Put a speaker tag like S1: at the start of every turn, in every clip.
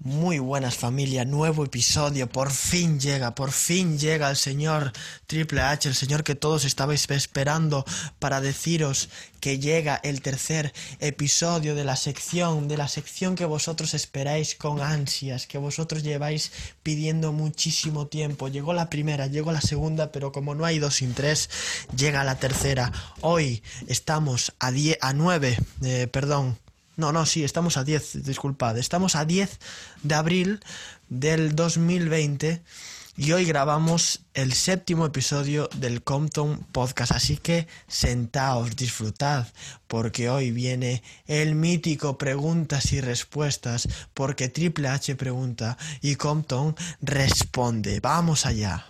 S1: Muy buenas familia, nuevo episodio, por fin llega, por fin llega el señor Triple H, el señor que todos estabais esperando para deciros que llega el tercer episodio de la sección, de la sección que vosotros esperáis con ansias, que vosotros lleváis pidiendo muchísimo tiempo. Llegó la primera, llegó la segunda, pero como no hay dos sin tres, llega la tercera. Hoy estamos a, die a nueve, eh, perdón, no, no, sí, estamos a 10, disculpad. Estamos a 10 de abril del 2020 y hoy grabamos el séptimo episodio del Compton Podcast. Así que sentaos, disfrutad, porque hoy viene el mítico preguntas y respuestas, porque Triple H pregunta y Compton responde. Vamos allá.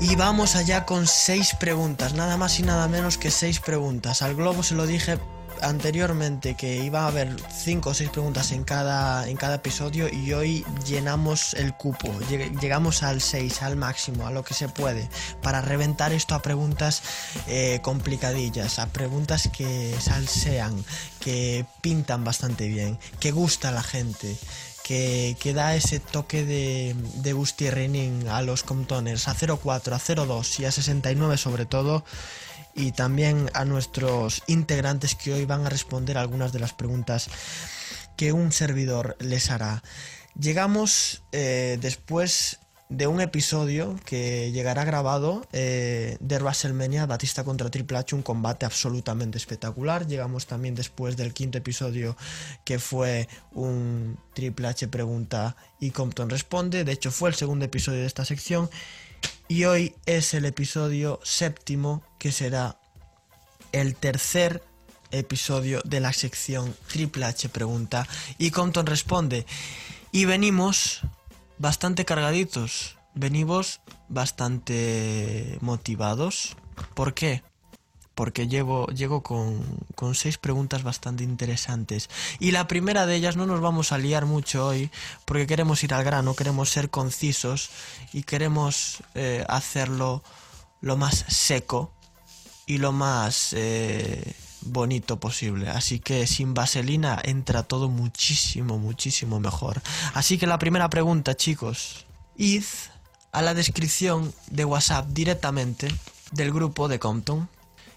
S1: Y vamos allá con seis preguntas, nada más y nada menos que seis preguntas. Al globo se lo dije anteriormente que iba a haber cinco o seis preguntas en cada, en cada episodio y hoy llenamos el cupo, lleg llegamos al 6, al máximo, a lo que se puede, para reventar esto a preguntas eh, complicadillas, a preguntas que salsean, que pintan bastante bien, que gusta a la gente. Que, que, da ese toque de, de Bustierrening a los Comptoners, a 0.4, a 0.2 y a 69 sobre todo. Y también a nuestros integrantes que hoy van a responder algunas de las preguntas que un servidor les hará. Llegamos eh, después de un episodio que llegará grabado eh, de WrestleMania, Batista contra Triple H, un combate absolutamente espectacular. Llegamos también después del quinto episodio que fue un Triple H pregunta y Compton responde. De hecho fue el segundo episodio de esta sección y hoy es el episodio séptimo que será el tercer episodio de la sección Triple H pregunta y Compton responde. Y venimos bastante cargaditos. Venimos bastante motivados. ¿Por qué? Porque llevo, llego con, con, seis preguntas bastante interesantes. Y la primera de ellas no nos vamos a liar mucho hoy, porque queremos ir al grano, queremos ser concisos y queremos eh, hacerlo lo más seco y lo más eh, bonito posible. Así que sin vaselina entra todo muchísimo, muchísimo mejor. Así que la primera pregunta, chicos. Id a la descripción de WhatsApp directamente del grupo de Compton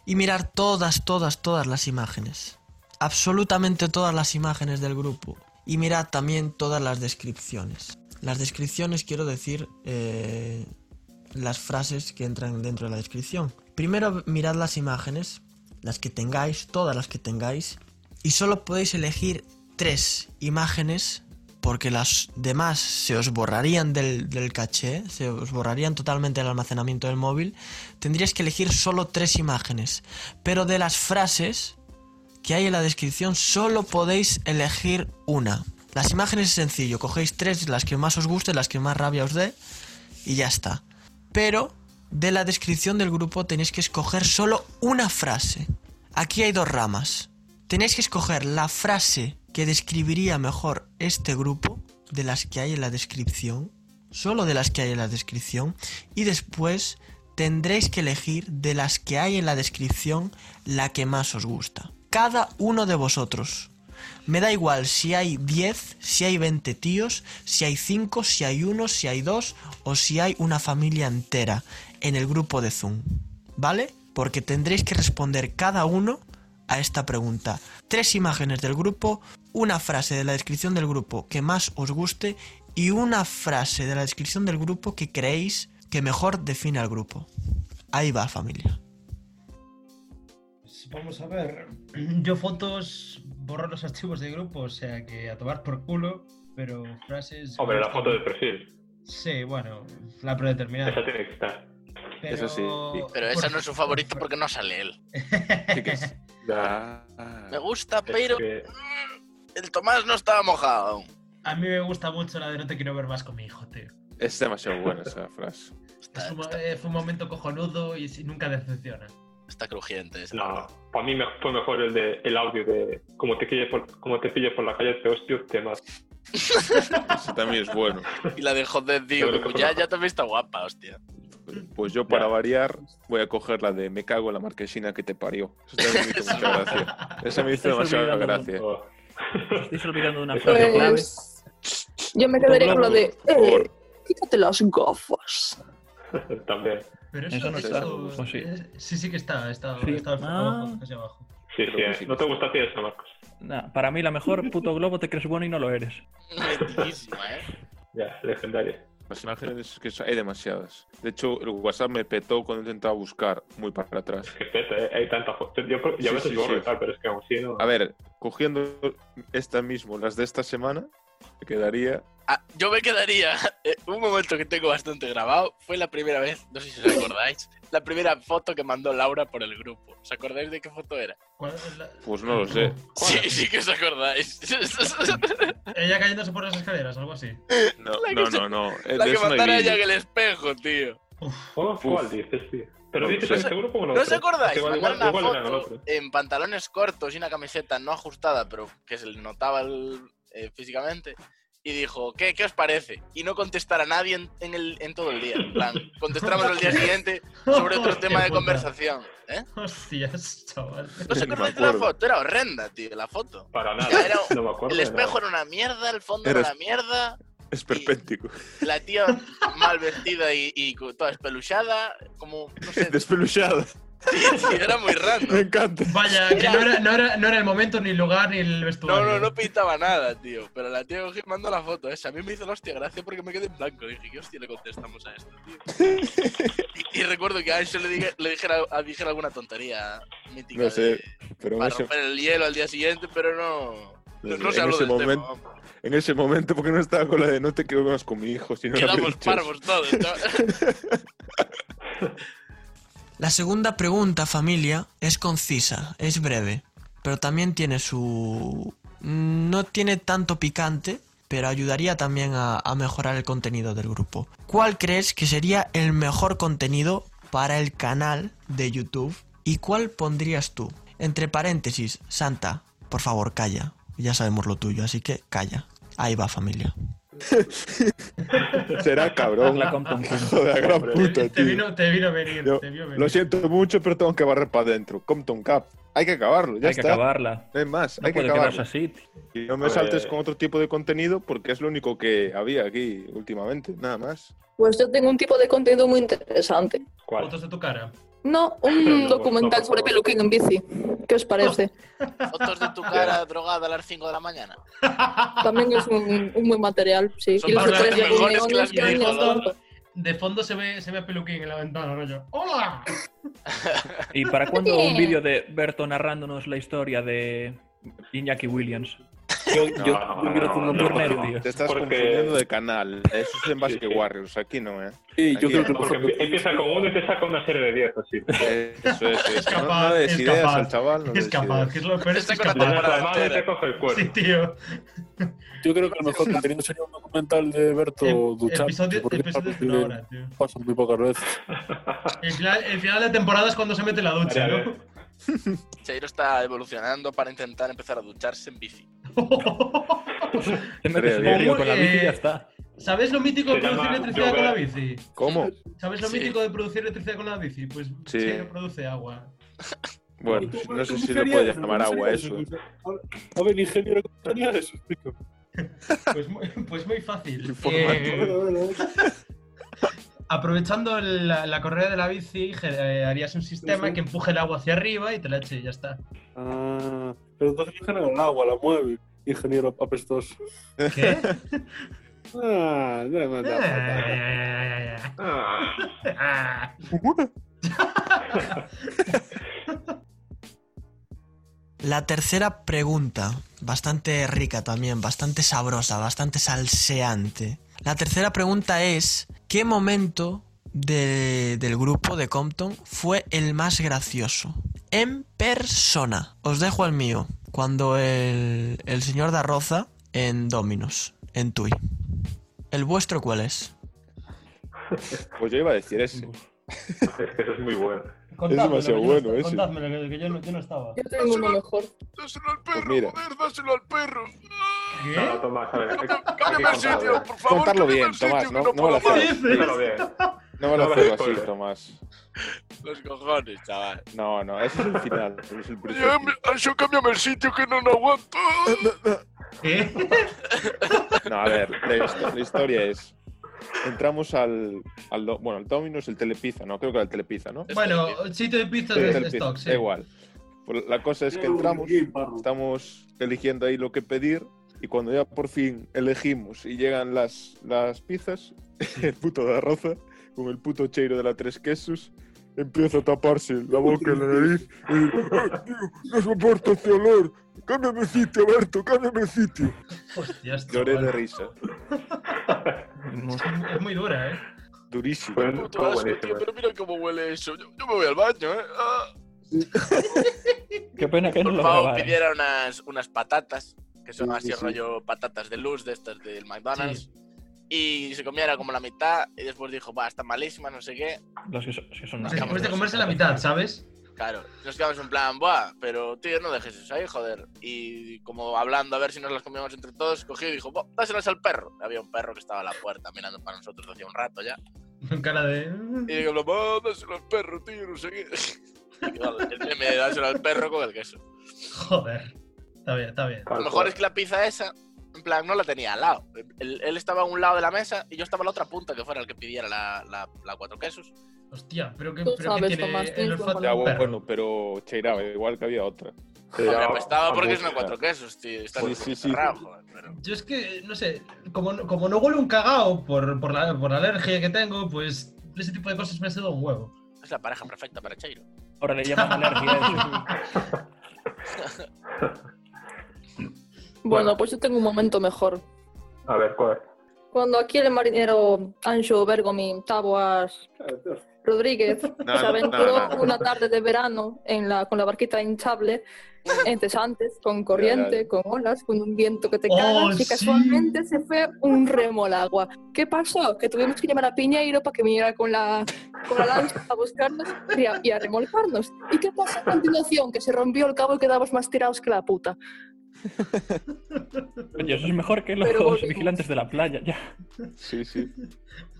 S1: y mirar todas, todas, todas las imágenes. Absolutamente todas las imágenes del grupo. Y mirad también todas las descripciones. Las descripciones quiero decir eh, las frases que entran dentro de la descripción. Primero mirad las imágenes las que tengáis, todas las que tengáis, y solo podéis elegir tres imágenes porque las demás se os borrarían del, del, caché, se os borrarían totalmente el almacenamiento del móvil, tendríais que elegir solo tres imágenes. Pero de las frases que hay en la descripción solo podéis elegir una. Las imágenes es sencillo, cogéis tres, las que más os gusten, las que más rabia os dé, y ya está. Pero de la descripción del grupo tenéis que escoger solo una frase. Aquí hay dos ramas. Tenéis que escoger la frase que describiría mejor este grupo de las que hay en la descripción, solo de las que hay en la descripción, y después tendréis que elegir de las que hay en la descripción la que más os gusta. Cada uno de vosotros. Me da igual si hay 10, si hay 20 tíos, si hay 5, si hay 1, si hay 2 o si hay una familia entera en el grupo de Zoom, ¿vale? Porque tendréis que responder cada uno a esta pregunta. Tres imágenes del grupo, una frase de la descripción del grupo que más os guste y una frase de la descripción del grupo que creéis que mejor define al grupo. Ahí va familia.
S2: Pues Vamos a ver, yo fotos borro los archivos de grupo, o sea que a tomar por culo, pero frases...
S3: Oh,
S4: Oh, Hombre, la foto de perfil.
S2: Sí, bueno, la predeterminada.
S4: Esa tiene que estar.
S2: Pero...
S4: Eso sí.
S5: Pero ese no es su favorito porque no sale él.
S4: Sí que es- Ah,
S5: Me gusta, pero
S4: que-
S5: mm, el Tomás no estaba mojado.
S2: A mí me gusta mucho la de no te quiero ver más con mi hijo, tío.
S4: Es demasiado buena esa frase.
S5: Está,
S2: Es un,
S5: está-
S2: eh, fue un momento cojonudo y sí, nunca decepciona.
S5: está crujiente. ese.
S3: No, para mí me- fue mejor el, de, el audio de como te, pille por, como te pille por la calle, te hostio, te mato.
S4: Eso también es bueno.
S5: Y la de joder,
S3: Yo
S5: tío,
S3: creo que fue
S5: ya,
S3: mejor.
S5: ya también está guapa, hostia.
S4: Pues yo, para variar, voy a coger la de Me cago en la marquesina que te parió. Eso también me hizo mucha gracia. Esa me hizo
S6: Estás
S4: demasiada
S6: olvidando.
S4: gracia.
S3: Oh,
S6: Estáis olvidando una frase clave.
S7: Pues yo me quedaría con lo de,
S4: Por favor.
S7: eh, quítate las gafas.
S3: también.
S2: Pero eso,
S6: Eso
S4: no
S2: eso-
S4: está, Oh,
S6: ¿o sí?
S2: eh, sí, sí que está. Está,
S6: Sí.
S2: está
S6: Ah.
S2: abajo, hacia abajo.
S3: Sí,
S4: Creo
S3: sí,
S4: que
S3: eh.
S4: sí.
S3: No te gusta a ti eso, Marcos.
S6: Nah, para mí la mejor puto globo te crees bueno y no lo eres.
S5: Mentidísima, ¿eh?
S3: Ya, legendaria.
S4: Las imágenes que hay demasiadas. De hecho, el WhatsApp me petó cuando intentaba buscar muy para atrás.
S3: Es que peta, eh, hay tanta foto. Yo, yo
S4: Sí,
S3: a veces
S4: sí,
S3: borro y
S4: sí.
S3: tal, pero es que aún así no.
S4: A ver, cogiendo esta mismo, las de esta semana, me quedaría.
S5: Ah, yo me quedaría. eh, un momento que tengo bastante grabado fue la primera vez, no sé si os acordáis, la primera foto que mandó Laura por el grupo. ¿Os acordáis de qué foto era?
S2: ¿Cuál es la-
S4: Pues no lo sé.
S5: Sí, sí que os acordáis.
S2: Ella cayéndose por las escaleras, algo así.
S4: No,
S5: La que
S4: no,
S5: se-
S4: no. no. Eh,
S5: la
S4: de
S5: que
S4: eso no hay
S5: mandara
S4: vídeo.
S5: ella en el espejo, tío.
S3: Oh, ¿Cuál dices, tío? ¿Pero
S4: No
S3: dices
S4: sé.
S3: en este grupo o en
S5: ¿No
S3: otro?
S5: os acordáis?
S3: Igual,
S5: Mandar
S3: igual,
S5: una
S3: igual era en el
S5: foto
S3: otro.
S5: en pantalones cortos y una camiseta no ajustada, pero que se le notaba el- eh, físicamente. Y dijo, ¿qué, ¿qué os parece? Y no contestar a nadie en, en el, en todo el día. En plan, contestamos al día siguiente sobre otro
S2: Hostia
S5: tema de
S2: puta.
S5: conversación. ¿eh?
S2: Hostias, chaval.
S5: ¿No os
S4: Sí, me
S5: acordáis de la
S4: acuerdo.
S5: foto? Era horrenda, tío, la foto.
S3: Para
S5: Ya,
S3: nada.
S5: era-
S3: No me acuerdo.
S5: El
S3: de
S5: espejo
S3: nada.
S5: era una mierda, el fondo
S4: Era-
S5: era una mierda,
S4: Es perpéntico.
S5: la tía mal vestida y, y co- toda espeluchada, como, no sé,
S4: Despeluchada.
S5: tío, era muy
S4: Me
S5: random.
S4: encanta.
S2: Vaya, que no era, no, era, no era el momento, ni el lugar, ni el
S5: No,
S2: vestuario.
S5: no, no pintaba nada, tío. Pero la tía cogí mando la foto esa. A mí me hizo la hostia gracia porque me quedé en blanco. Dije, ¿qué hostia le contestamos a esto, tío? Y, y recuerdo que a Ancho le, dije, le dijera, a- dijera alguna tontería mítica
S4: No sé,
S5: de-
S4: pero en
S5: para
S4: ese,
S5: romper el hielo al día siguiente, pero no... No,
S4: en
S5: no se habló
S4: ese
S5: del tema,
S4: momento-
S5: vamos.
S4: en ese momento, porque no estaba con la de no te quiero ver más con mi hijo, sino la
S5: Quedamos
S4: peluche.
S5: parvos todos, chaval.
S1: La segunda pregunta, familia, es concisa, es breve, pero también tiene su... No tiene tanto picante, pero ayudaría también a, a mejorar el contenido del grupo. ¿Cuál crees que sería el mejor contenido para el canal de YouTube? ¿Y cuál pondrías tú? Entre paréntesis, Santa, por favor, calla. Ya sabemos lo tuyo, así que calla. Ahí va, familia.
S4: Será cabrón.
S6: La Compton King.
S4: Hijo de la gran
S3: Hombre,
S4: puta,
S2: Te, te
S4: tío.
S2: vino, te vino venir,
S4: Yo
S2: te vio venir.
S4: lo siento mucho, pero tengo que barrer para adentro. Compton Cup. Hay que acabarlo, ya
S6: Hay que
S4: está.
S6: acabarla.
S4: No hay más,
S6: No
S4: hay que
S6: puede
S4: acabarlo.
S6: quedarse así. tío.
S4: Y no me
S3: Eh,
S4: saltes con otro tipo de contenido porque es lo único que había aquí últimamente, nada más.
S7: Pues yo tengo un tipo de contenido muy interesante.
S3: ¿Cuál?
S2: Fotos de tu cara.
S7: No,
S3: Pero
S7: un
S3: no, no,
S7: documental
S3: por
S7: sobre
S3: favor.
S7: peluquín en bici. ¿Qué os parece?
S5: Fotos de tu cara drogada a las 5 de la mañana.
S7: También es un, un buen material, sí.
S5: Son
S7: y las
S5: bastante
S7: mujeres ya con
S5: mejores que las
S7: neones
S5: que
S7: que
S5: dijo
S7: niñas,
S5: Lola.
S7: tanto.
S2: De fondo se ve, se ve a Peluquín en la ventana, rollo. ¡Hola!
S6: ¿Y para cuándo un vídeo de Berto narrándonos la historia de Iñaki Williams? Yo,
S3: No,
S6: yo
S3: no,
S6: hubiera
S3: no,
S6: hecho un
S3: no,
S6: torneo,
S3: no.
S6: tío.
S4: Te estás
S3: Porque-
S4: confundiendo de canal. Eso es en Basque Warriors, aquí no, ¿eh?
S6: Sí,
S4: yo creo que-
S3: Porque empie- empieza con uno y te saca una serie de 10, así.
S4: Eso es.
S2: Es
S4: eso. No-
S2: capaz,
S4: no, le
S2: es
S4: des ideas
S2: capaz.
S4: al chaval. No le
S2: es
S4: des
S2: capaz,
S4: ideas.
S2: que es lo peor. Es que es
S5: Está con
S3: Le
S5: la
S2: capaz.
S3: das la
S5: temporada
S3: mano y te
S5: entera.
S3: coge el
S2: Sí,
S3: cuerno.
S2: tío.
S8: Yo creo que el mejor contenido sería un documental de
S6: Em,
S8: Berto Duchamp.
S2: Em, Episodio,
S8: porque
S2: episodio de una hora, tío.
S8: pasa muy pocas veces.
S2: El final, el final de temporada es cuando se mete en la ducha,
S3: Vale,
S5: Chairo está evolucionando para intentar empezar a ducharse en bici.
S2: ¿no?
S6: Te metes en
S4: Sería
S6: el
S2: bien.
S6: río con la bici y ya
S2: Eh,
S6: está.
S2: ¿Sabes lo mítico de
S3: Se llama
S2: producir electricidad con
S3: yoga.
S2: la bici?
S4: ¿Cómo?
S2: ¿Sabes lo
S5: Sí.
S2: mítico de producir electricidad con la bici? Pues
S4: Sí.
S2: sí. no produce agua.
S4: Bueno, no sé si le puedes llamar agua a eso.
S8: A ver, ingeniero, ¿cómo sería eso? Explico.
S2: Pues muy, pues muy fácil.
S4: Informático.
S2: Eh, aprovechando la, la correa de la bici, ge- eh, harías un sistema que empuje el agua hacia arriba y te la eche y ya está.
S8: Ah, pero entonces no genera el agua, la mueve. Ingeniero apestoso.
S2: ¿Qué?
S8: Ah, no me
S5: Eh.
S8: manda.
S3: Ah,
S2: Ah.
S1: La tercera pregunta, bastante rica también, bastante sabrosa, bastante salseante. La tercera pregunta es, ¿qué momento de- del grupo de Compton fue el más gracioso. En persona. Os dejo el mío. Cuando el, el señor Darroza en Dominos, en Tui. ¿El vuestro cuál es?
S4: Pues yo iba a decir ese.
S3: Es que eso es muy bueno.
S5: ¿Eh?
S2: Contádmelo,
S4: demasiado
S2: que yo no
S4: bueno
S2: esta-
S4: ese.
S2: contádmelo, que- que yo no, yo no estaba.
S7: Yo tengo uno mejor.
S5: Dáselo al
S4: Pues mira.
S5: joder, dáselo al perro.
S3: No, no,
S2: ¿Qué?
S3: Ah, Tomás, a ver. hay- hay que
S4: Ah,
S5: Cámbiame el
S3: contarlo
S5: sitio,
S3: bien.
S5: por favor.
S4: Contarlo
S5: cámbiame
S4: bien,
S5: el sitio,
S4: Tomás,
S5: que
S4: no- no me
S5: puedo
S4: la
S5: más.
S4: hagas.
S3: Cuéntalo bien.
S4: No me lo
S3: No,
S4: hagas
S3: después.
S4: así, Tomás.
S5: Los cojones, chaval.
S4: No, no, ese es el final. ese es el
S5: Llévame-
S4: principio.
S5: Eso cámbiame el sitio que no lo aguanto.
S2: ¿Qué?
S4: No, a ver, la, hist- la historia es. Entramos al, al do- bueno, el Dominos, el Telepizza, no, creo que era el Telepizza, ¿no?
S2: Bueno, sitio de pizzas
S4: Sí,
S2: de, de
S4: Telepizza,
S2: stock, sí.
S4: da igual. Pues la cosa es que
S8: Yo,
S4: entramos,
S8: aquí, parro.
S4: estamos eligiendo ahí lo que pedir y cuando ya por fin elegimos y llegan las, las pizzas, el puto de arroza con el puto cheiro de la tres quesos empieza a taparse la boca y la nariz y dice, "Ah, tío, no soporto este olor, cámbiame sitio, Berto, cámbiame sitio.
S2: Hostias,
S4: Lloré de
S2: chaval.
S4: risa,
S2: Es muy- Es muy dura, ¿eh?
S4: durísimo.
S3: Fue-
S5: Puto
S3: fue
S5: asco,
S3: buenísimo.
S5: tío, pero mira cómo huele eso. Yo, yo me voy al baño, ¿eh? Ah.
S6: Qué pena que no lo
S5: Pau
S6: grabaron.
S5: pidiera unas, unas patatas, que son
S8: Sí,
S5: así
S8: sí, sí.
S5: rollo patatas de luz de estas del McDonald's. Y se comiera como la mitad y después dijo, va, está malísima, no sé qué.
S6: Los que son, que son unas
S2: Pues Después de
S6: cabronas.
S2: comerse la mitad, ¿sabes?
S5: Claro, nos quedamos en plan, buah, pero tío, no dejes eso ahí, joder. Y como hablando a ver si nos las comíamos entre todos, cogió y dijo, "Buah, dáselas al perro. Había un perro que estaba a la puerta mirando para nosotros hacía un rato ya.
S2: Con cara
S5: Y
S2: de.
S5: digo, "Buah, dáselo al perro, tío, no sé qué. Y quedó el meme de dáselo al perro con el queso.
S2: Joder. Está bien, está bien.
S5: A lo mejor es que la pizza esa, en plan, no la tenía al lado. Él, él estaba a un lado de la mesa y yo estaba a la otra punta, que fuera el que pidiera la, la, la cuatro quesos.
S2: Hostia, pero que,
S7: Tú
S2: pero que
S7: sabes,
S2: tiene
S7: Tomás,
S2: el
S7: tienes
S2: olfato
S7: buen
S2: de
S4: Ya,
S2: un perro.
S4: bueno, pero cheiraba, igual que había otra.
S3: Sí,
S5: Hombre,
S3: ya,
S5: apestaba porque es una
S3: hamburguesa.
S5: cuatro quesos, tío. Está
S4: Sí,
S5: muy
S4: sí, sí.
S5: cerrado, joder, pero-
S2: Yo es que, no sé, como, no- como no huele un cagao por, por, la, por la alergia que tengo, pues ese tipo de cosas me ha sido un huevo.
S5: Es la pareja perfecta para Cheiro.
S6: Ahora le llaman alergia. eso.
S7: Bueno, pues yo tengo un momento mejor.
S3: A ver, ¿cuál?
S7: Cuando aquí el marinero Ancho Bergomi Taboas Rodríguez
S4: No,
S7: se
S4: no,
S7: aventuró
S4: no, no.
S7: una tarde de verano en la, con la barquita hinchable entre Santes, con corriente,
S4: Ya, ya.
S7: con olas, con un viento que te
S2: Oh,
S7: cagas y
S2: sí.
S7: casualmente se fue un remo al agua. ¿Qué pasó? Que tuvimos que llamar a Piñeiro para que viniera con la, con la lancha a buscarnos y a, y a remolcarnos. ¿Y qué pasó a continuación? Que se rompió el cabo y quedamos más tirados que la puta.
S6: Oye, eso es mejor que
S7: Pero
S6: los
S7: volvemos.
S6: vigilantes de la playa. Ya.
S4: Sí, sí.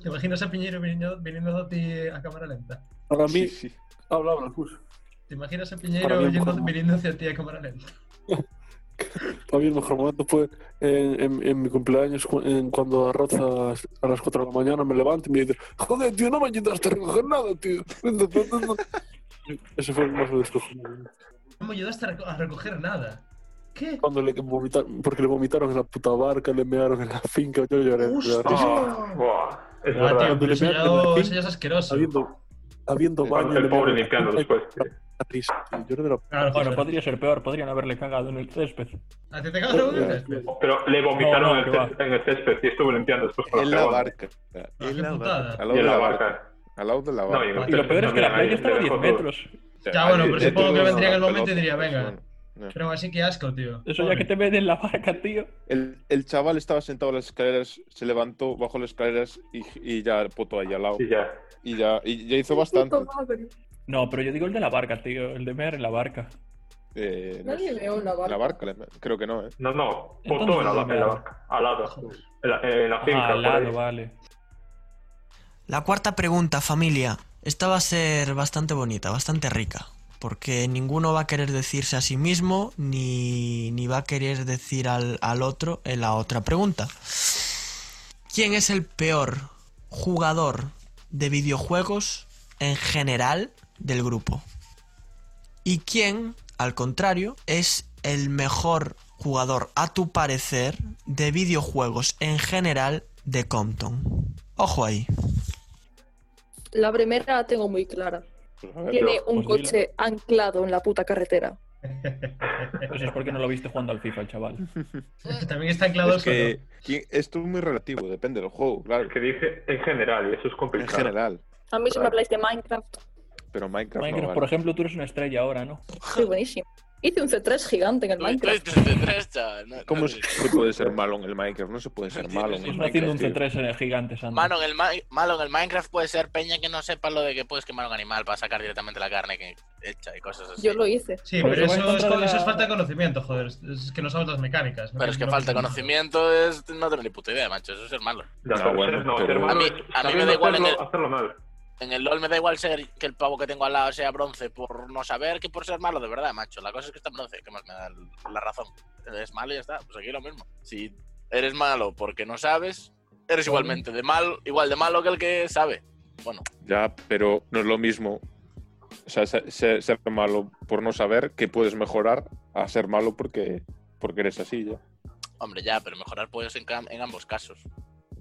S2: ¿Te imaginas a Piñero viniendo, viniendo a ti a cámara lenta?
S8: Para mí,
S4: sí, sí.
S8: habla, habla, pues.
S2: ¿Te imaginas a
S8: Para mí
S2: Piñero
S8: un
S2: yendo-
S8: poco.
S2: viniendo hacia ti a cámara lenta?
S8: Para mí el mejor momento fue en, en- en mi cumpleaños, cu- en cuando a Rozas a las 4 de la mañana me levanto y me dice, joder, tío, no me ayudaste a recoger nada, tío. Ese fue el más descojonante.
S2: No me ayudaste a reco- a recoger nada. ¿Qué?
S8: Cuando le vomitaron, porque le vomitaron en la puta barca, le mearon en la finca, yo lloré. de
S2: Hostia.
S8: verdad.
S3: Oh, buah, es
S2: Ah, tío,
S3: verdad.
S2: pero eso ya,
S8: Cuando le
S2: eso ya es asqueroso.
S8: Habiendo, habiendo baño,
S3: Cuando el
S8: le mearon
S3: pobre
S8: en la
S3: limpiando
S8: finca y
S3: después. tío.
S8: la risa, tío. Lloré de la
S2: Claro,
S6: Bueno,
S2: joder.
S6: podría ser peor. Podrían haberle cagado en el césped.
S2: ¿A ti te cagas algo de este?
S3: Pero le vomitaron
S6: No, no,
S3: en, el
S6: que va.
S3: césped- en el césped y estuvo limpiando después. con
S4: En
S3: la
S4: la
S3: cebolla.
S4: barca.
S2: Ah, qué putada.
S4: Al
S3: Y
S4: lado de
S3: en
S4: la
S3: la
S4: barca.
S3: barca.
S4: Al lado de la
S3: No, y
S2: Vale.
S3: en el
S4: barca.
S6: Y lo
S3: césped
S6: peor es que la
S3: también,
S6: playa
S3: ahí,
S6: estaba a
S3: le
S6: 10
S3: dejó todo.
S6: metros.
S2: Ya, bueno, pero
S4: Ahí,
S2: supongo que
S4: dentro de
S2: vendría en el
S4: una
S2: momento y diría,
S4: pelota,
S2: venga.
S4: pues, bueno, no.
S2: Pero así que asco, tío.
S6: Eso ya que te ven en la barca, tío.
S4: El, el chaval estaba sentado en las escaleras, se levantó, bajó las escaleras y, y ya puto ahí al lado.
S3: Y ya.
S4: Y ya, y ya hizo bastante.
S7: Puto madre.
S6: No, pero yo digo el de la barca, tío. El de mear en la barca.
S4: Eh, no
S7: Nadie
S4: sé.
S7: veo la barca.
S4: la barca, le- creo que no, ¿eh?
S3: No, no,
S6: Entonces,
S3: botó en la,
S6: ¿dónde
S3: en la
S6: era?
S3: barca, al lado.
S2: Joder.
S3: En la, en la finca.
S6: Ah, al
S3: por ahí.
S6: lado, vale.
S1: La cuarta pregunta, familia. Esta va a ser bastante bonita, bastante rica. Porque ninguno va a querer decirse a sí mismo, ni, ni va a querer decir al, al otro en la otra pregunta. ¿Quién es el peor jugador de videojuegos en general del grupo? ¿Y quién, al contrario, es el mejor jugador, a tu parecer, de videojuegos en general de Compton? Ojo ahí.
S7: La primera la tengo muy clara.
S4: Pues a ver,
S7: Tiene
S6: pero,
S7: un
S6: pues dila.
S7: coche anclado en la puta carretera.
S6: Eso Pues es porque no lo viste jugando al FIFA, el chaval.
S2: También está anclado
S4: es que ¿quién- esto es muy relativo, depende del juego, claro.
S3: Que dice en general, y eso es
S4: En
S3: complicado.
S4: general.
S7: A mí si me habláis de Minecraft,
S4: Pero Minecraft,
S6: Minecraft,
S4: no
S6: por
S4: vale.
S6: ejemplo, tú eres una estrella ahora, ¿no?
S7: soy buenísimo. Hice un C3 gigante en el
S5: Tú- tú
S7: Minecraft.
S5: eres de tres, chaval, no- no
S4: ¿Cómo se,
S5: sé.
S4: se puede ser malo en el Minecraft? No se puede ser
S5: Sí,
S4: malo en
S5: sí,
S4: el
S5: sí,
S6: Está haciendo un
S4: Minecraft, tío.
S6: C3 en el gigante, Sandra.
S5: Malo en, el Mi- malo en el Minecraft puede ser peña que no sepa lo de que puedes quemar un animal para sacar directamente la carne que hecha y cosas así.
S7: Yo lo hice.
S2: Sí,
S6: Porque
S2: pero
S6: va en
S2: eso es,
S6: contra de
S2: co- eso
S6: la-
S2: es falta de conocimiento, joder. Es- Es que no sabes las mecánicas. ¿no?
S5: Pero es que
S2: No-
S5: falta conocimiento, es no tengo ni puta idea, macho. Eso es ser malo.
S3: Ya,
S4: Ah,
S3: pero
S4: bueno,
S3: ser- no,
S4: pero-
S3: ser malo
S5: A mí-
S3: es
S5: a mí me
S3: sabiendo
S5: da igual en
S3: hacerlo-
S5: el-
S3: hacerlo mal.
S5: En el LOL me da igual ser que el pavo que tengo al lado sea bronce por no saber que por ser malo de verdad, macho. La cosa es que está en bronce, que más me da el- la razón. Es malo y ya está. Pues aquí lo mismo. Si eres malo porque no sabes, eres igualmente de mal, igual de malo que el que sabe. Bueno,
S4: Ya, pero no es lo mismo o sea, se- se- ser, malo por no saber que puedes mejorar a ser malo porque, porque eres así, ya.
S5: hombre, ya, pero mejorar puedes en, cam- en ambos casos.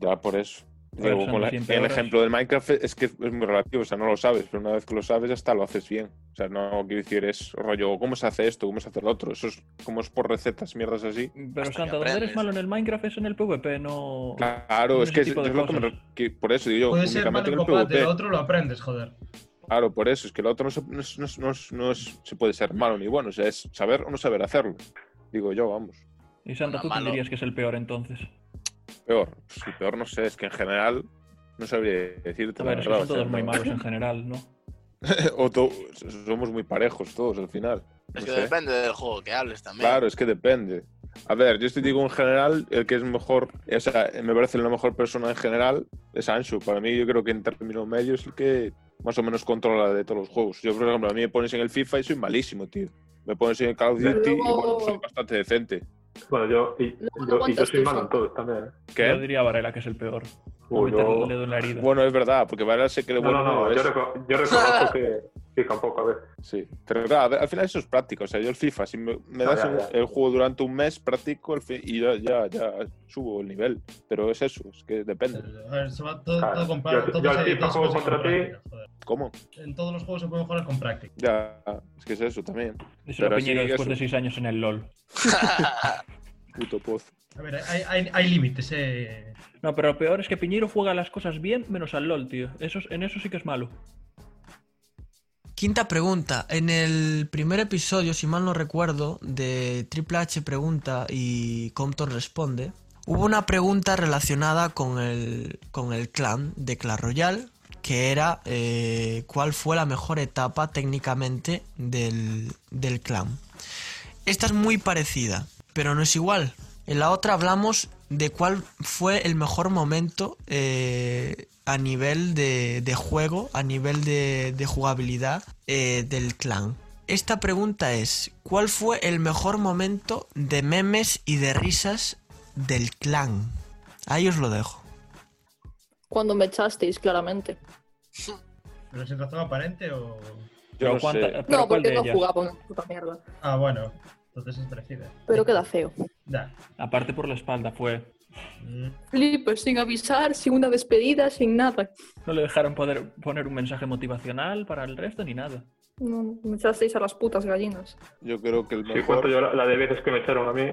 S4: Ya por eso.
S6: Pero
S4: Digo,
S6: son
S4: con la-
S6: 100
S4: el
S6: euros.
S4: ejemplo del Minecraft es que es muy relativo, o sea, no lo sabes, pero una vez que lo sabes, hasta lo haces bien. O sea, no quiero decir es rollo, ¿cómo se hace esto? ¿Cómo se hace lo otro? Eso es como es por recetas, mierdas así.
S6: Pero
S5: Hasta
S6: Santa,
S5: que
S6: donde eres
S5: aprendes.
S6: malo en el Minecraft es en el PvP, no.
S4: Claro, es
S6: ese
S4: que es,
S6: tipo de
S4: es lo que me
S6: cosas.
S4: re- que por eso digo yo,
S2: Puede ser malo
S4: únicamente
S2: en
S4: en el
S2: combate,
S4: PvP.
S2: lo otro lo aprendes, joder.
S4: Claro, por eso, es que lo otro no se, no es- no es- no es- no es- se puede ser malo ni bueno, o sea, es saber o no saber hacerlo. Digo yo, vamos.
S6: Y Santa,
S5: Bueno,
S6: ¿tú quién
S5: malo.
S6: dirías que es el peor entonces?
S4: Peor, pues, el peor no sé, es que en general no sabría decirte.
S6: A
S4: la
S6: ver, es
S4: verdad,
S6: que son
S4: o sea,
S6: todos muy
S4: no-
S6: malos en general, ¿no?
S4: o to- somos muy parejos todos al final.
S5: Es
S4: no
S5: que
S4: sé.
S5: depende del juego que hables también.
S4: Claro, es que depende. A ver, yo te digo en general, el que es mejor, o sea, me parece la mejor persona en general es Anshu. Para mí, yo creo que en términos medios es el que más o menos controla de todos los juegos. Yo, por ejemplo, a mí me pones en el FIFA y soy malísimo, tío. Me pones en el Call of
S7: Pero
S4: Duty y
S7: luego-
S4: bueno, soy bastante decente.
S3: Bueno, yo, y,
S7: No, no
S3: yo, y yo
S7: aguantas
S3: soy
S7: tú,
S3: malo
S7: Sam.
S3: en todo también. ¿eh?
S6: Yo
S4: ¿Qué?
S6: diría Varela que es el peor.
S3: O
S6: Por meterle
S3: yo-
S6: el dedo en la herida.
S4: Bueno, es verdad, porque Varela sé que lo
S3: No,
S4: bueno
S3: no, no,
S4: es.
S3: yo, reco- yo reconozco que, que tampoco, a ver.
S4: Sí, pero claro, a ver, al final eso es práctica. O sea, yo el FIFA, si me, me das
S3: ya,
S4: el- el juego durante un mes, practico el fi- y ya, ya, ya subo el nivel. Pero es eso, es que depende.
S2: A ver, se va todo,
S3: Claro.
S2: todo con pra-
S3: Yo-
S2: todo
S3: yo al
S2: se-
S3: FIFA
S2: todo se
S3: juego
S2: puede
S3: contra
S2: mejorar,
S3: ti.
S2: joder.
S4: ¿Cómo?
S2: En todos los juegos se puede mejorar con práctica.
S4: Ya, es que es eso también.
S6: es una
S4: pero
S6: piñera
S4: sí,
S6: después
S4: eso.
S6: de seis años en el LOL.
S4: Puto pozo.
S2: A ver, hay, hay, hay límites, eh.
S6: No, pero lo peor es que Piñero juega las cosas bien menos al LOL, tío. Eso, es- en eso sí que es malo.
S1: Quinta pregunta. En el primer episodio, si mal no recuerdo, de Triple H pregunta y Compton responde, hubo una pregunta relacionada con el, con el clan de Clash Royale, que era eh, cuál fue la mejor etapa técnicamente del, del clan. Esta es muy parecida, pero no es igual. En la otra hablamos de cuál fue el mejor momento eh, a nivel de, de juego, a nivel de, de jugabilidad eh, del clan. Esta pregunta es, ¿cuál fue el mejor momento de memes y de risas del clan? Ahí os lo dejo.
S7: Cuando me echasteis, claramente.
S2: ¿Pero sin razón aparente o.?
S4: Yo no
S6: cuánta-
S4: sé.
S6: pero ¿cuál
S7: No, porque
S6: de
S7: no
S6: ellas?
S7: jugaba una puta mierda.
S2: Ah, bueno. Entonces es parecida.
S7: Pero queda feo.
S2: Ya.
S6: Aparte por la espalda fue.
S2: Mm.
S7: Flipes sin avisar, sin una despedida, sin nada.
S6: No le dejaron poder poner un mensaje motivacional para el resto ni nada.
S7: No, no, me echasteis a las putas gallinas.
S4: Yo creo que el
S3: Si cuento
S4: mejor
S3: yo la, la de veces que me echaron a mí,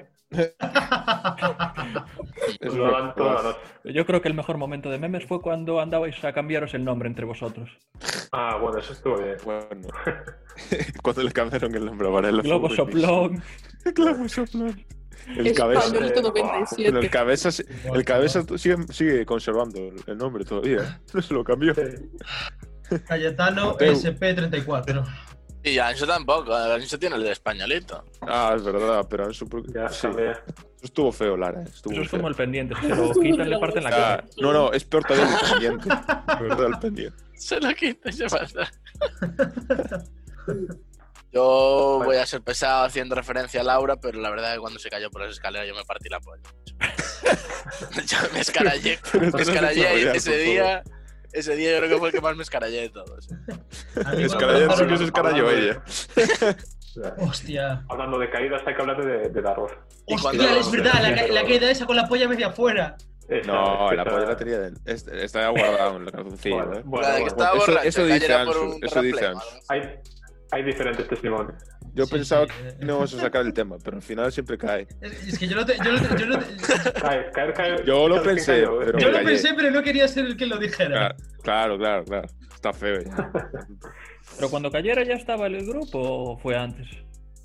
S4: es
S3: lo dan toda la noche.
S6: Yo creo que el mejor momento de memes fue cuando andabais a cambiaros el nombre entre vosotros.
S3: Ah, bueno, eso estuvo bien.
S4: Bueno. Cuando le cambiaron el nombre a Varela. fue
S6: Globo
S4: buenísimo.
S6: soplón.
S4: Globo soplón. El cabeza.
S7: Españolito
S4: Pero
S7: 97.
S4: el cabeza, el cabeza sigue, sigue conservando el- el nombre todavía. No se lo cambió.
S2: Cayetano
S4: Mateu.
S2: SP34.
S5: y Ancho tampoco, Ancho tiene el de españolito.
S4: Ah, es verdad, pero Ansu. porque-
S3: Ya,
S4: sí.
S3: también.
S4: Eso estuvo feo, Lara. Estuvo
S6: Eso es
S4: feo.
S6: como el pendiente. Si se lo quitan, le parten la
S4: Ah,
S6: cara.
S4: no, no, es peor todavía el pendiente. Es verdad, el pendiente.
S5: Se lo quita y se pasa. Yo voy a ser pesado haciendo referencia a Laura, pero la verdad es que cuando se cayó por las escaleras yo me partí la polla. yo me escarallé,
S4: Pero
S5: me
S4: eso no se puede
S5: escarallé
S4: hablar,
S5: ese
S4: por favor.
S5: día. Ese día yo creo que fue el que más me escarallé de todos.
S2: A mí
S4: Es
S2: cuando
S4: cara- eh. sí
S2: lanzaron
S4: que se
S2: la-
S4: escaralló ella.
S3: Ya.
S2: Hostia.
S3: Hablando de caídas, hay que hablar de, de la rosa.
S5: Y cuando-
S2: Hostia, es verdad, la, ca- la caída esa con la polla media afuera.
S3: Esa-
S4: No, la
S3: esa-
S4: polla la tenía de él. Est- Estaba guardado en el calzoncillo,
S3: Bueno,
S4: ¿eh?
S3: bueno,
S5: la de que
S3: bueno.
S5: estaba
S4: Eso-
S5: borracha,
S4: eso
S5: que
S4: dice
S5: cayera por
S4: Ansu,
S5: un
S4: eso dice
S5: terraplén o
S4: Ansu.
S5: algo así.
S3: Hay, hay diferentes testimonios.
S4: Yo
S2: Sí,
S4: pensaba
S2: sí, eh.
S4: que no vamos a sacar el tema, pero al final siempre cae.
S2: Es, es que yo lo, te- yo lo te- yo lo te-
S3: Caer, caer, caer.
S4: Yo lo
S3: Caer, ¿eh?
S4: pensé,
S3: caer, caer,
S4: pero-
S2: yo lo
S4: callé.
S2: pensé, pero no quería ser el que lo dijera.
S4: Claro, claro, claro. claro. Está feo ya.
S6: Pero cuando cayera ya estaba el grupo o fue antes.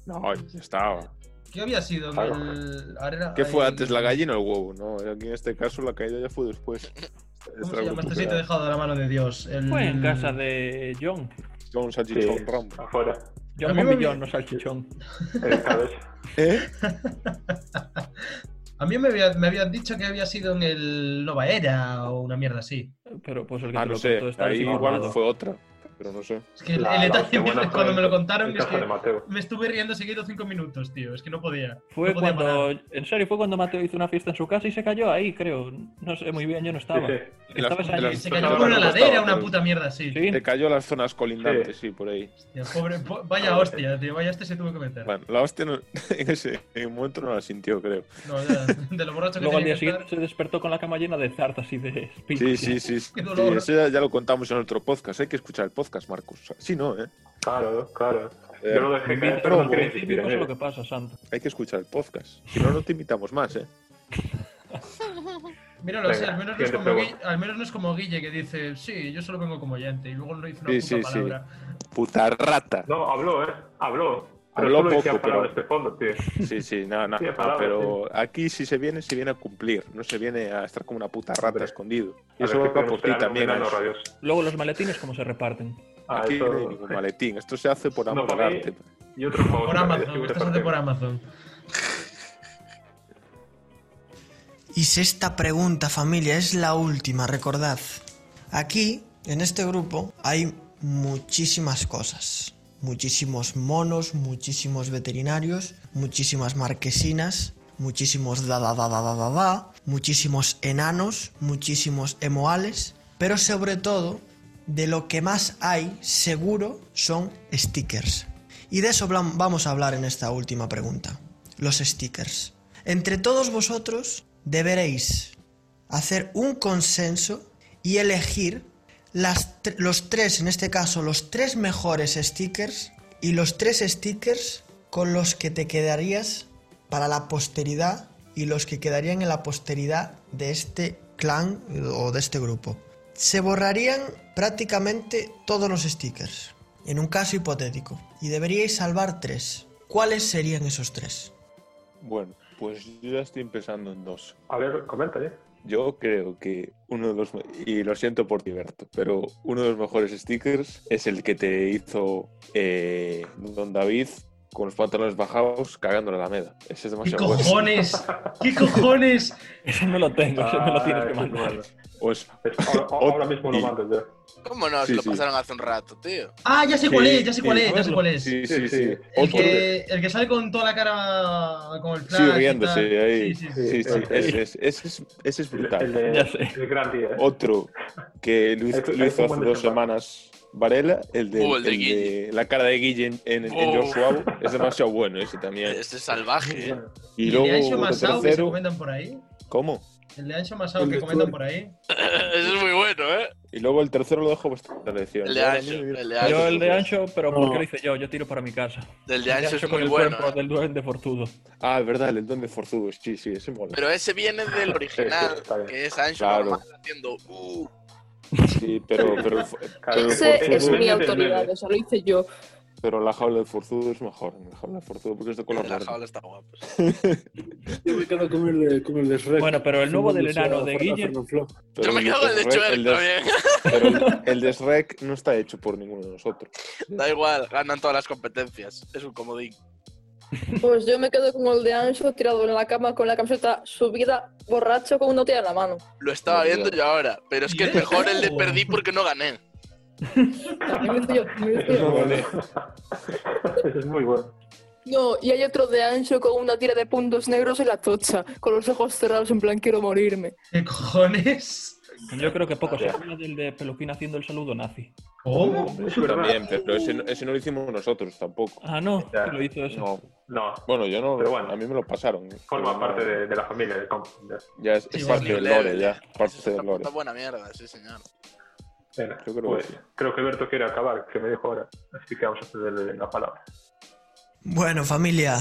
S4: No, ya estaba.
S2: ¿Qué había sido?
S3: Claro.
S2: El- ahora era-
S4: ¿Qué fue
S2: ay,
S4: antes, la gallina o el huevo? No, aquí en este caso la caída ya fue después.
S2: ¿Cómo se llama este sitio dejado a la mano de Dios? El-
S6: Fue
S7: Mm.
S6: en casa de John.
S4: Vamos a
S3: Sí,
S4: Chichón Rambo.
S3: afuera.
S6: John
S2: A mí me
S6: Bombillón,
S2: vi-
S6: no salchichón.
S3: En el cabello.
S4: ¿Eh?
S2: A mí me, había- me habían dicho que había sido en el Nova Era o una mierda así.
S6: Pero pues el que
S4: Ah,
S6: te
S4: no
S6: lo
S4: sé.
S6: contó está
S4: Ahí igual
S6: desinformado.
S4: fue otra. Pero no sé.
S2: Es que el-
S3: La-
S2: el
S3: la
S2: detalle
S3: hostia
S2: mierda
S3: buena fue
S2: cuando me lo
S3: en-
S2: contaron
S3: en
S2: es
S3: casa de
S2: que
S3: Mateo.
S2: me estuve riendo seguido cinco minutos, tío. Es que no podía.
S6: Fue
S2: no podía
S6: cuando,
S2: parar.
S6: en serio, fue cuando Mateo hizo una fiesta en su casa y se cayó ahí, creo. No sé muy bien, yo no estaba.
S3: Sí, sí.
S6: Estabas
S4: En
S6: allí.
S4: las-
S2: Se
S3: Pero
S2: cayó
S3: no,
S2: por
S3: no
S2: una
S4: costaba,
S2: ladera, una
S4: pero-
S2: puta mierda así.
S6: Sí.
S4: Te cayó a las zonas colindantes, sí, por ahí.
S2: Hostia, pobre- po- vaya hostia, tío. Vaya este se tuvo que meter.
S4: Bueno, la hostia no- en ese en un momento no la sintió, creo.
S2: No, ya, de lo borracho que
S6: Luego al
S2: tenía
S6: día
S2: que estar.
S6: siguiente se despertó con la cama llena de zartas y de
S4: Sí,
S6: espinas.
S4: sí, sí. sí.
S2: Qué dolor.
S4: Eso ya, ya lo contamos en otro podcast. Hay que escuchar el podcast, Marcos. Sí, no, ¿eh?
S3: Claro, claro.
S4: Eh,
S3: Yo lo dejé
S6: Invita-
S3: caer, pero no eh.
S6: al
S3: quería
S6: principio
S3: insistir en
S6: pasa lo
S3: él.
S6: que pasa, Santo.
S4: Hay que escuchar el podcast. Si no, no te invitamos más, ¿eh?
S2: Míralo,
S3: Venga,
S2: sí, al, menos no es
S3: siguiente
S2: como
S3: pregunta.
S2: Gui- al menos no es como Guille que dice, sí, yo solo vengo como oyente y luego no dice una
S4: Sí,
S2: puta
S4: sí, sí.
S2: palabra.
S4: Puta rata.
S3: No, habló, ¿eh? Habló. Pero
S4: Habló
S3: solo decía
S4: poco,
S3: palabras
S4: pero-
S3: de fondo, tío.
S4: Sí, sí, nada, nada.
S3: Sí, a palabras,
S4: pero aquí si se viene, se viene a cumplir. No se viene a estar como una puta rata
S3: Hombre.
S4: escondido. Y
S3: A
S4: eso
S3: ver,
S4: va
S3: que tenemos
S4: por
S3: que
S4: ti
S3: darle un
S4: también.
S3: enano
S4: Alex.
S3: radioso.
S6: Luego los maletines, ¿cómo se reparten?
S3: Ah,
S4: Aquí
S3: eso-
S4: no hay ningún maletín. Esto se hace por
S3: No,
S4: amor
S3: para
S4: al
S3: mí-
S4: arte.
S3: Y otro favor.
S2: Por Amazon, esto se hace por Amazon.
S1: Y sexta pregunta, familia, es la última, recordad. Aquí, en este grupo, hay muchísimas cosas. Muchísimos monos, muchísimos veterinarios, muchísimas marquesinas, muchísimos da da da da da da da, muchísimos enanos, muchísimos emoales, pero sobre todo, de lo que más hay, seguro, son stickers. Y de eso hablam- vamos a hablar en esta última pregunta, los stickers. Entre todos vosotros deberéis hacer un consenso y elegir las tre- los tres, en este caso, los tres mejores stickers y los tres stickers con los que te quedarías para la posteridad y los que quedarían en la posteridad de este clan o de este grupo. Se borrarían prácticamente todos los stickers, en un caso hipotético, y deberíais salvar tres. ¿Cuáles serían esos tres?
S4: Bueno, pues yo ya estoy empezando en dos.
S3: A ver, comenta, ¿eh?
S4: Yo creo que uno de los, y lo siento por Tiberto, pero uno de los mejores stickers es el que te hizo eh, Don David con los pantalones bajados cagando en la Alameda. Ese es
S2: ¿Qué
S4: demasiado bueno.
S2: cojones? ¿Qué cojones?
S6: Ese no lo tengo, ese me
S3: Ah,
S6: lo tienes que mandar.
S4: Pues,
S3: Es- ahora- Ahora mismo lo
S4: Y-
S3: mando yo.
S5: ¿Cómo no?
S4: Sí,
S5: Se lo
S4: sí.
S5: pasaron hace un rato, tío.
S2: Ah, ya sé cuál
S4: Sí,
S2: es, ya sé cuál
S4: sí,
S2: es, ya sé cuál es.
S4: sí,
S3: Sí,
S4: sí,
S3: sí.
S4: sí.
S2: El
S4: Otro de-
S2: que, el que sale con toda la cara con el
S4: Sí,
S2: flash. y tal.
S4: riéndose
S2: Sí,
S4: ahí.
S2: sí, sí.
S4: Sí, sí,
S3: Sí,
S4: ese, es- ese es, ese es
S3: El,
S4: brutal.
S3: el de-
S6: Ya sé.
S3: el gran día. ¿eh?
S4: Otro que lo hizo,
S3: Eso- eso
S4: lo hizo
S3: es un
S4: hace
S3: buen desenlace.
S4: dos semanas Varela, el de,
S5: Oh, el de
S4: el de la cara de Guille en, en, en
S5: Oh.
S4: Joshua Abo, es demasiado bueno ese también.
S5: Este es salvaje, ¿eh?
S4: Y,
S2: Y el de Ancho
S4: luego, otro
S2: Masao que se
S4: tercero,
S2: comentan por ahí.
S4: ¿cómo?
S2: El de Ancho Masao
S8: El
S2: que
S8: de
S2: comentan
S8: Stuart.
S2: por ahí.
S5: Ese es muy bueno, ¿eh?
S4: Y luego el tercero lo dejo a vuestra elección.
S5: El de
S4: Yo ahora
S5: Ancho,
S4: mismo digo-
S5: el de Ancho.
S6: Yo el de Ancho, pero ¿por
S8: No.
S6: qué lo hice yo? Yo tiro para mi casa.
S5: Del
S6: El
S5: de Ancho es
S6: con
S5: muy
S6: el
S5: bueno.
S6: cuerpo
S5: ¿eh?
S6: del duende fortudo.
S4: Ah, es verdad, el del don de Forzudo. Sí, sí, ese mola.
S5: Pero ese viene del
S3: Sí, sí,
S5: original,
S3: está bien.
S5: que es Ancho
S4: Claro.
S5: normal haciendo. "Uh".
S4: Sí, pero, pero, el fu- pero, el
S7: Ese es
S4: forzudo-
S3: meme
S7: mi
S3: del
S7: autoridad,
S3: meme.
S7: o sea, lo hice yo.
S4: pero la jaula de Forzudo es mejor. La jaula de Forzudo porque es de color
S5: La
S4: verde.
S5: jaula está guapa.
S8: Yo me quedo con el de, con el de Shrek.
S6: Bueno, pero el nuevo del
S8: Fernández,
S6: enano de
S8: a
S6: Guille-
S8: Fernán Flo.
S4: Pero
S5: Yo me quedo con el de
S4: Shrek-
S5: Chuer
S4: de-
S5: también.
S4: Pero el, el de Shrek no está hecho por ninguno de nosotros.
S5: Da igual, ganan todas las competencias. Es un comodín.
S7: Pues yo me quedo con el de Ancho tirado en la cama con la camiseta subida, borracho, con una tía en la mano.
S5: Lo estaba
S4: No,
S5: viendo
S4: ya.
S5: yo ahora, pero es que es
S2: Bien.
S5: mejor el de perdí porque no gané.
S7: También lo hice yo, también lo hice yo.
S3: Ese es muy bueno.
S7: No, y hay otro de Ancho con una tira de puntos negros en la tocha, con los ojos cerrados en plan quiero morirme.
S2: ¿Qué cojones?
S6: Yo creo que poco se habla del de Peluquín haciendo el saludo nazi.
S2: ¿Cómo?
S3: Es
S4: Yo
S3: verdad.
S4: también, pero ese, no- ese no lo hicimos nosotros tampoco.
S6: Ah, no,
S3: Ya.
S6: lo hizo eso.
S4: No.
S3: No,
S4: Bueno, yo no.
S3: Pero bueno.
S4: a mí me lo pasaron.
S3: forma
S4: Pero no-
S3: parte de, de la familia del comp. ya.
S4: Ya es,
S2: Sí,
S4: es
S2: bueno,
S4: parte
S5: New
S4: del
S5: Level,
S4: lore, ya.
S5: Eso
S4: Parte
S5: es
S4: del
S5: una
S4: lore.
S5: puta buena mierda, sí, señor.
S3: Venga,
S4: Yo creo
S3: pues,
S4: que sí.
S3: creo que Berto quiere acabar, que me dijo ahora. Así que vamos a cederle la palabra.
S2: Bueno, familia.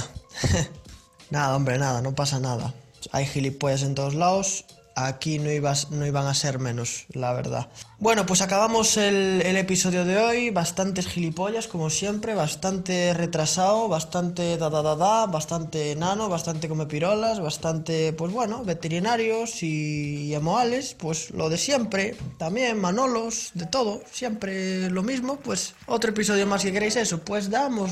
S2: nada, hombre, nada, no pasa nada. Hay gilipollas en todos lados. Aquí no, ibas, no iban a ser menos, la verdad. Bueno, pues acabamos el, el episodio de hoy. Bastantes gilipollas, como siempre. Bastante retrasado, bastante da da da da, bastante nano, bastante come pirolas, bastante, pues bueno, veterinarios y, y emoales. Pues lo de siempre. También manolos, de todo. Siempre lo mismo. Pues otro episodio más que queréis eso. Pues damos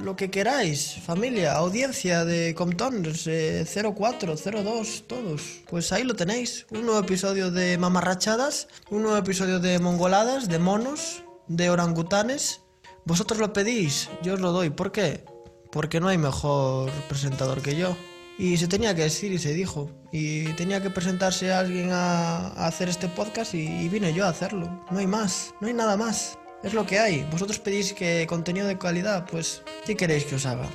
S2: lo que queráis, familia, audiencia de Comptoners, eh, 04, 02, todos. Pues ahí lo tenéis. Un nuevo episodio de mamarrachadas, un nuevo episodio de mongoladas, de monos, de orangutanes. Vosotros lo pedís, yo os lo doy. ¿Por qué? Porque no hay mejor presentador que yo. Y se tenía que decir y se dijo. Y tenía que presentarse a alguien a, a hacer este podcast y, y vine yo a hacerlo. No hay más, no hay nada más. Es lo que hay. Vosotros pedís que contenido de calidad, pues, ¿qué queréis que os haga?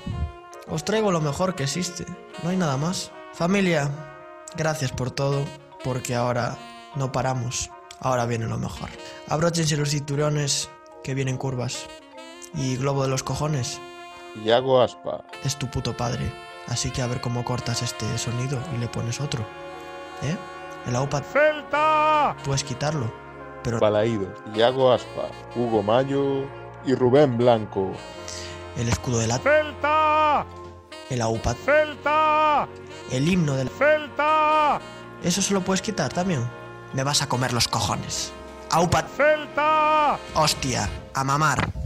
S2: Os traigo lo mejor que existe. No hay nada más. Familia, gracias por todo, porque ahora no paramos. Ahora viene lo mejor. Abróchense los cinturones, que vienen curvas. Y globo de los cojones,
S4: Y hago aspa.
S2: es tu puto padre. Así que a ver cómo cortas este sonido y le pones otro. ¿Eh? El AUPA
S1: ¡Celta!
S2: puedes quitarlo. Pero
S4: Balaído. Y hago aspa. Hugo Mayo y Rubén Blanco.
S2: el escudo de la...
S1: ¡Celta!
S2: El AUPA...
S1: ¡Celta!
S2: El himno de la...
S1: ¡Celta!
S2: Eso se lo puedes quitar también. Me vas a comer los cojones. Aupa,
S1: ¡Celta!
S2: hostia, a mamar.